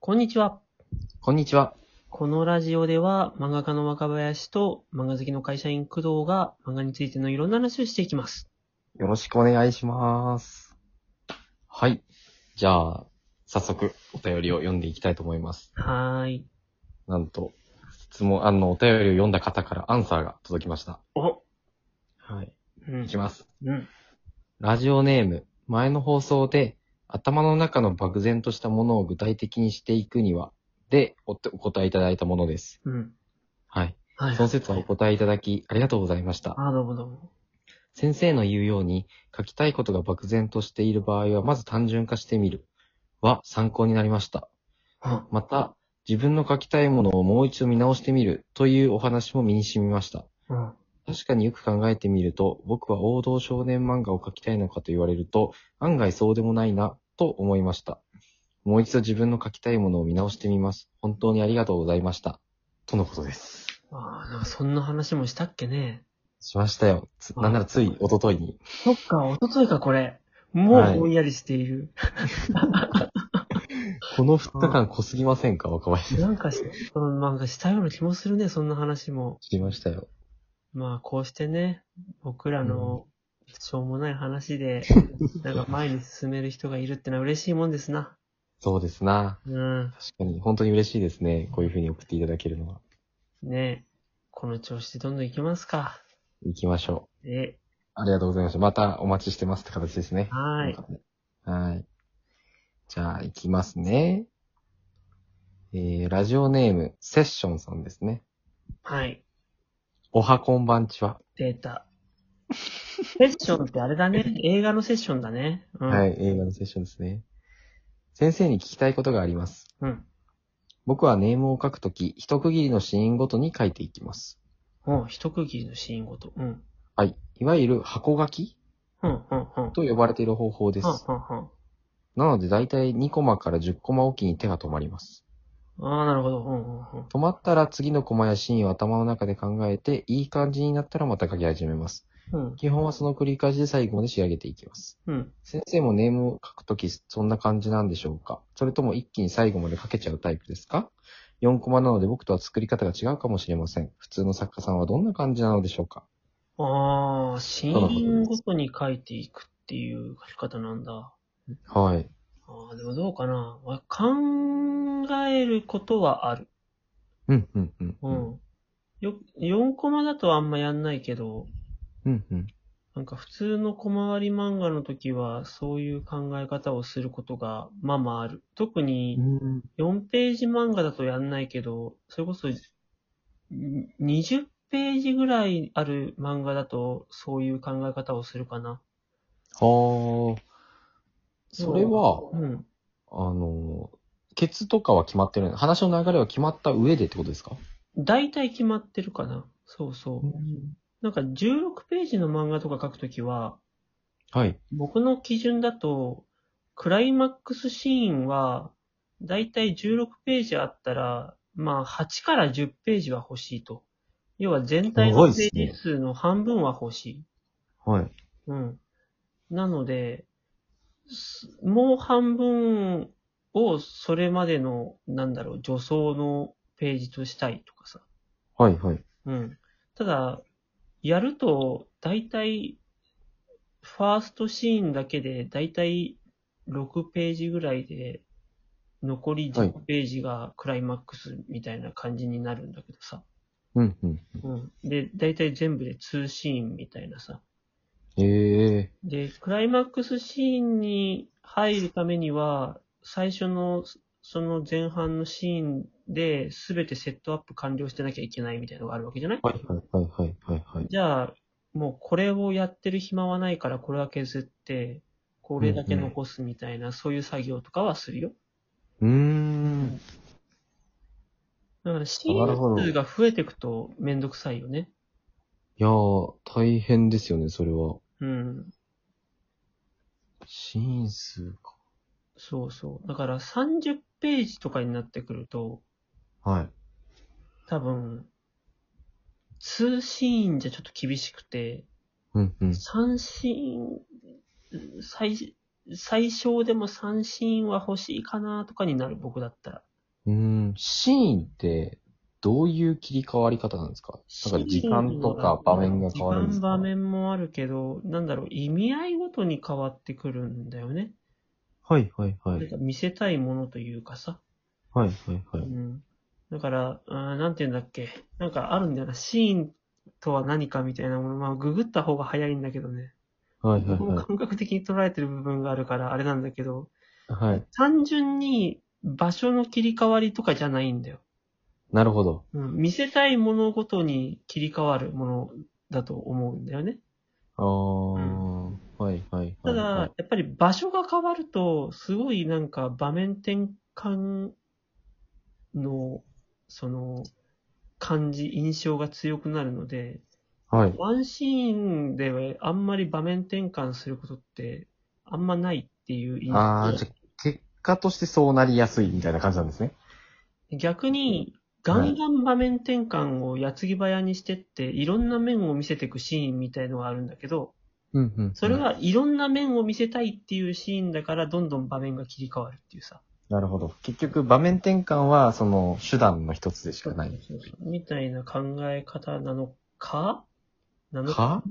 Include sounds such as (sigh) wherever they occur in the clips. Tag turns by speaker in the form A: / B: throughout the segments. A: こんにちは。
B: こんにちは。
A: このラジオでは漫画家の若林と漫画好きの会社員工藤が漫画についてのいろんな話をしていきます。
B: よろしくお願いします。はい。じゃあ、早速、お便りを読んでいきたいと思います。
A: はーい。
B: なんと、質問、あの、お便りを読んだ方からアンサーが届きました。
A: お
B: はい。
A: うん
B: いきます。
A: うん。
B: ラジオネーム、前の放送で、頭の中の漠然としたものを具体的にしていくには、でお、お答えいただいたものです。
A: うん。
B: はい。
A: はい。
B: その説はお答えいただき、ありがとうございました。
A: あ、どうもどうも。
B: 先生の言うように、書きたいことが漠然としている場合は、まず単純化してみる。は参考になりました。
A: あ
B: また、自分の書きたいものをもう一度見直してみるというお話も身に染みました。
A: うん。
B: 確かによく考えてみると、僕は王道少年漫画を書きたいのかと言われると、案外そうでもないな、と思いました。もう一度自分の書きたいものを見直してみます。本当にありがとうございました。とのことです。
A: あーなんかそんな話もしたっけね。
B: しましたよ。つなんならつい一昨日に。
A: そっか、おとといか、これ。も
B: は
A: う
B: い
A: ぼんやりしている。
B: この2日間濃すぎませんか若林さ
A: な
B: ん。
A: ん (laughs) かし、その漫画したような気もするね、そんな話も。
B: 知りましたよ。
A: まあ、こうしてね、僕らの、しょうもない話 (laughs) で、なんか前に進める人がいるってのは嬉しいもんですな。
B: そうですな。
A: うん。
B: 確かに、本当に嬉しいですね。こういう風に送っていただけるのは。
A: ねえ。この調子でどんどん行きますか。
B: 行きましょう。
A: え、
B: ありがとうございました。またお待ちしてますって形ですね。
A: はい。
B: はい。じゃあ、行きますね。えー、ラジオネーム、セッションさんですね。
A: はい。
B: おはこんばんちは。
A: データ。セッションってあれだね。映画のセッションだね。うん。
B: はい、映画のセッションですね。先生に聞きたいことがあります。
A: うん。
B: 僕はネームを書くとき、一区切りのシーンごとに書いていきます。
A: もう一区切りのシーンごと。うん。
B: はい。いわゆる箱書き
A: うん、うん、うん。
B: と呼ばれている方法で
A: うん、
B: す。
A: うん、うん。
B: なので、だいたい2コマから10コマおきに手が止まります。
A: ああ、なるほど。うん、うん、うん。
B: 止まったら次のコマやシーンを頭の中で考えて、いい感じになったらまた書き始めます。
A: うん、
B: 基本はその繰り返しで最後まで仕上げていきます。
A: うん。
B: 先生もネームを書くとき、そんな感じなんでしょうかそれとも一気に最後まで書けちゃうタイプですか ?4 コマなので僕とは作り方が違うかもしれません。普通の作家さんはどんな感じなのでしょうか
A: ああ、シーンごとに書いていくっていう書き方なんだ。
B: はい。
A: ああ、でもどうかな。わ考えることはある。
B: うん、うん、うん。
A: う。ん。よ、4コマだとあんまやんないけど、
B: うん、うん。
A: なんか普通の小回り漫画の時はそういう考え方をすることがまあまあある。特に
B: うん
A: 4ページ漫画だとやんないけど、それこそん20ページぐらいある漫画だとそういう考え方をするかな。
B: はあ。それは、
A: うん。
B: あの、ケツとかは決まってるの話の流れは決まった上でってことですか
A: 大体決まってるかな。そうそう。なんか16ページの漫画とか書くときは、
B: はい。
A: 僕の基準だと、クライマックスシーンは、だいたい16ページあったら、まあ8から10ページは欲しいと。要は全体の
B: すご
A: ペ
B: いっすね
A: ージ数の半分は欲しい。
B: はい。
A: うん。なので、すもう半分をそれまでの、なんだろう、助走のページとしたいとかさ。
B: はい、はい。
A: うん。ただ、やると、だいたい、ファーストシーンだけで、だいたい6ページぐらいで、残り
B: はい
A: 10ページがクライマックスみたいな感じになるんだけどさ。
B: うん、うん。
A: うん。で、だいたい全部で2シーンみたいなさ。
B: ええ
A: で、クライマックスシーンに入るためには、最初の、その前半のシーンで全てセットアップ完了してなきゃいけないみたいなのがあるわけじゃない
B: はい、はい、はい、はい、はい、はい。
A: じゃあ、もうこれをやってる暇はないから、これは削って、これだけ残すみたいな、そういう作業とかはするよ。
B: うーん。
A: だから、シ
B: なる
A: ーン
B: ほど
A: 数が増えていくとめんどくさいよね。
B: いやー、大変ですよね、それは。
A: うん。
B: シーン数か。
A: そうそう。だから、30ページとかになってくると、
B: はい。
A: 多分、2シーンじゃちょっと厳しくて、
B: うん、うん。
A: 3シーン、最、最小でも3シーンは欲しいかなとかになる、僕だったら。
B: うーん、シーンって、どういう切り替わり方なんですかなんか時間とか場面が変わるんです
A: 時間
B: か
A: 場面もあるけど、なんだろう、意味合いごとに変わってくるんだよね。
B: はいはいは
A: なんか見せたいものというかさ。
B: はいはいは
A: う。ん、だから、あーなんて言うんだっけ。なんかあるんだよな。シーンとは何かみたいなもの。まあ、ググった方が早いんだけどね。
B: はいはい
A: 僕も
B: は
A: 感覚的に捉えてる部分があるから、あれなんだけど、
B: い。はい。
A: 単純に場所の切り替わりとかじゃないんだよ。
B: なるほど。
A: うん、見せたいものごとに切り替わるものだと思うんだよね。
B: あー。はいはいは
A: た
B: い
A: だ、
B: はい。
A: やっぱり場所が変わると、すごいなんか場面転換の、その、感じ、印象が強くなるので、
B: はい。
A: ワンシーンではあんまり場面転換することってあんまないっていう印象。
B: あー、じゃあ結果としてそうなりやすいみたいな感じなんですね。
A: 逆に、ガンガン場面転換を矢継ぎ早にしてって、いろんな面を見せていくシーンみたいのがあるんだけど、
B: うんうん。
A: それ、はいろんな面を見せたいっていうシーンだから、どんどん場面が切り替わるっていうさ。
B: なるほど。結局、場面転換は、その、手段の一つでしかない。
A: みたいな考え方なのかなの
B: か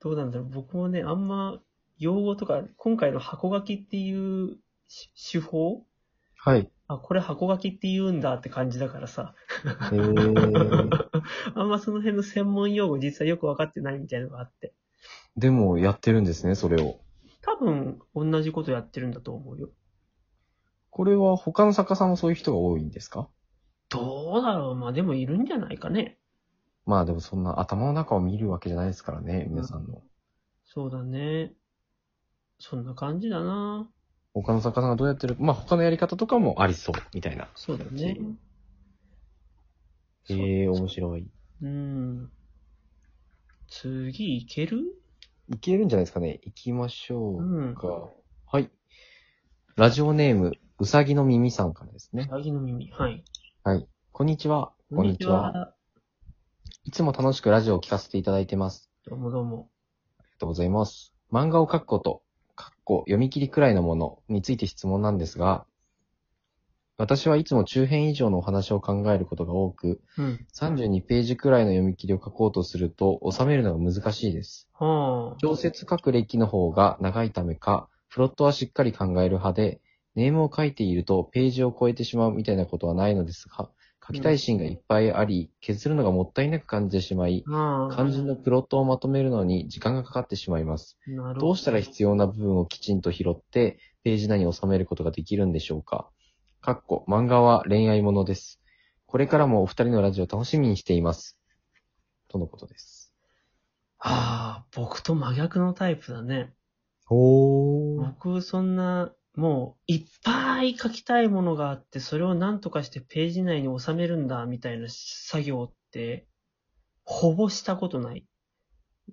A: どうなんだろう僕もね、あんま用語とか、今回の箱書きっていうし手法
B: はい。
A: あ、これ箱書きって言うんだって感じだからさ。
B: えー、
A: あんまその辺の専門用語実はよくわかってないみたいなのがあって。
B: (laughs) でも、やってるんですね、それを。
A: 多分、同じことやってるんだと思うよ。
B: これは、他の作家さんもそういう人が多いんですか
A: どうだろうまあでもいるんじゃないかね。
B: まあでも、そんな頭の中を見るわけじゃないですからね、皆さんの。
A: そうだね。そんな感じだな。
B: 他の作家さんがどうやってる、まあ他のやり方とかもありそう、みたいな。
A: そうだね。
B: えー、面白い。
A: うん。次いける
B: いけるんじゃないですかね。行きましょ
A: う。
B: うんか。はい。ラジオネーム、うさぎの耳さんからですね。
A: サギの耳。はい。
B: こんにちは。こんにちは。。いつも楽しくラジオを聞かせていただいてます。
A: どうもどうも。
B: ありがとうございます。漫画を書くこと、かっこ読み切りくらいのものについて質問なんですが、私はいつも中編以上のお話を考えることが多く、
A: うん。
B: 32ページくらいの読み切りを書こうとすると、収めるのが難しいです。
A: はあ。
B: 小説書く歴の方が長いためか、プロットはしっかり考える派で、ネームを書いているとページを超えてしまうみたいなことはないのですが、書きたいシーンがいっぱいあり、削るのがもったいなく感じてしまい、
A: はあ。
B: 肝心のプロットをまとめるのに時間がかかってしまいます。
A: なるほ
B: どうしたら必要な部分をきちんと拾って、ページ内に収めることができるんでしょうかかっこ、漫画は恋愛ものです。これからもお二人のラジオ楽しみにしています。とのことです。
A: ああ、僕と真逆のタイプだね。
B: おー。
A: 僕、そんな、もう、いっぱい書きたいものがあって、それを何とかしてページ内に収めるんだ、みたいな作業って、ほぼしたことない。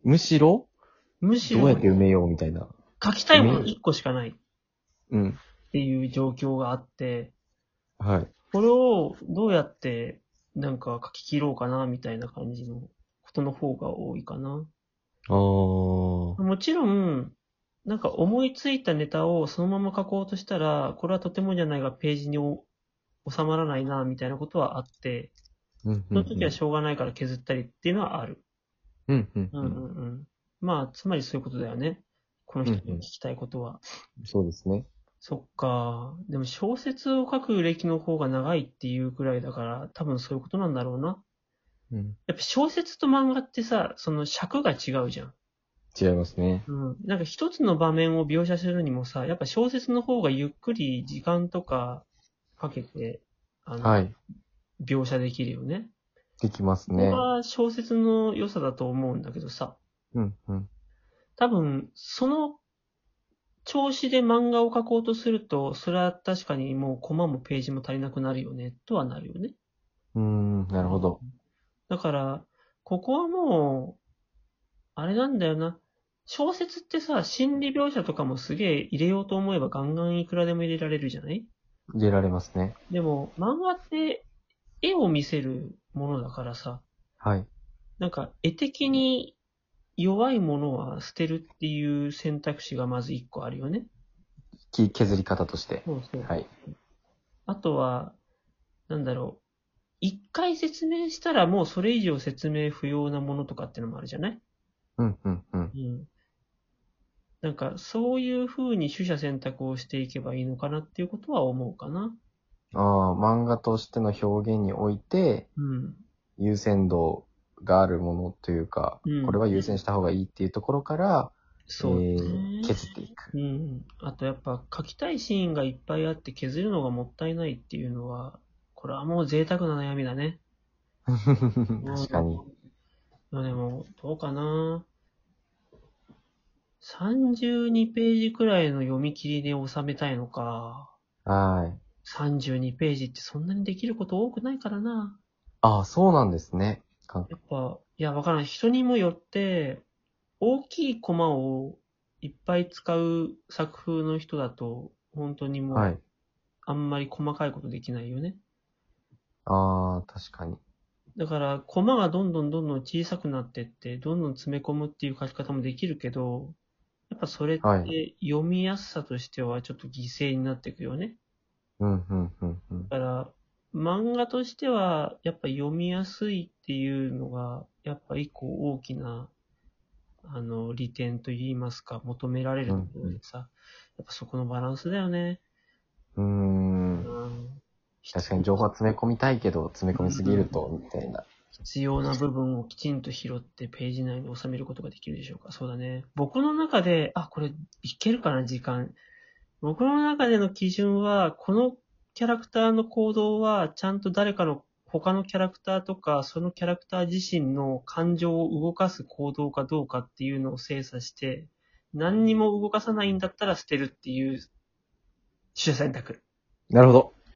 B: むしろ、
A: むし
B: どう
A: ろ
B: やっ、て埋めようみたいな。
A: 書きたいもの1個しかない。
B: うん。
A: っていう状況があって、
B: はい。
A: これをどうやってなんか書き切ろうかなみたいな感じのことの方が多いかな。
B: あー。
A: もちろん、なんか思いついたネタをそのまま書こうとしたら、これはとてもじゃないがページにお収まらないなみたいなことはあって、
B: うん
A: その時はしょうがないから削ったりっていうのはある。
B: うんうん
A: う
B: うんん
A: う
B: うんん。
A: うん。まあ、つまりそういうことだよね。この人
B: うんう
A: に
B: ん
A: 聞きたいことは。
B: そうですね。
A: そっか。でも小説を書く歴の方が長いっていうくらいだから、多分そういうことなんだろうな。
B: うん。
A: やっぱ小説と漫画ってさ、その尺が違うじゃん。
B: 違いますね。
A: うん。なんか一つの場面を描写するにもさ、やっぱ小説の方がゆっくり時間とかかけて、あの、
B: はい。
A: 描写できるよね。
B: できます
A: これ
B: ね。
A: は小説の良さだと思うんだけどさ、
B: うんうん。
A: 多分、その調子で漫画を描こうとすると、それは確かにもうコマもページも足りなくなるよね、とはなるよね。
B: うーん、なるほど。
A: だから、ここはもう、あれなんだよな。小説ってさ、心理描写とかもすげえ入れようと思えばガンガンいくらでも入れられるじゃない
B: 入れられますね。
A: でも、漫画って絵を見せるものだからさ、
B: はい。
A: なんか絵的に弱いものは捨てるっていう選択肢がまず一個あるよね。
B: き削り方として。
A: そうそう。
B: はい。
A: あとは、なんだろう。一回説明したらもうそれ以上説明不要なものとかってのもあるじゃない
B: うん、うん、うん。
A: うん。なんか、そういう風に取捨選択をしていけばいいのかなっていうことは思うかな。
B: ああ、漫画としての表現において、
A: うん。
B: 優先度があるものというか、
A: うん
B: これは優先した方がいいっていうところから、
A: そう
B: え
A: ね。
B: ー削ってい (laughs) く。
A: うん。あとやっぱ書きたいシーンがいっぱいあって削るのがもったいないっていうのは、これはもう贅沢な悩みだね。
B: 確かに。
A: まあでも、どうかな。32ページくらいの読み切りで収めたいのか。
B: はい。
A: 32ページってそんなにできること多くないからな。
B: ああ、そうなんですね。か
A: やっぱ、いや、わからん。人にもよって、大きいコマをいっぱい使う作風の人だと、本当にも
B: は
A: う、
B: い。
A: あんまり細かいことできないよね。
B: ああ、確かに。
A: だから、コマがどんどんどんどん小さくなってって、どんどん詰め込むっていう書き方もできるけど、やっぱそれっ
B: は
A: て読みやすさとしてはちょっと犠牲になっていくよね。
B: うん、うん、うん、うん。
A: だから、漫画としては、やっぱ読みやすいっていうのが、やっぱ一個大きな、あの、利点といいますか、求められるところでさ、やっぱそこのバランスだよね。
B: うー。
A: うんん、
B: 確かに情報は詰め込みたいけど、詰め込みすぎると、みたいな。
A: 必要な部分をきちんと拾ってページ内に収めることができるでしょうか。そうだね。僕の中で、あ、これいけるかな、時間。僕の中での基準は、このキャラクターの行動は、ちゃんと誰かの他のキャラクターとか、そのキャラクター自身の感情を動かす行動かどうかっていうのを精査して、何にも動かさないんだったら捨てるっていう、取捨選択。
B: なるほど。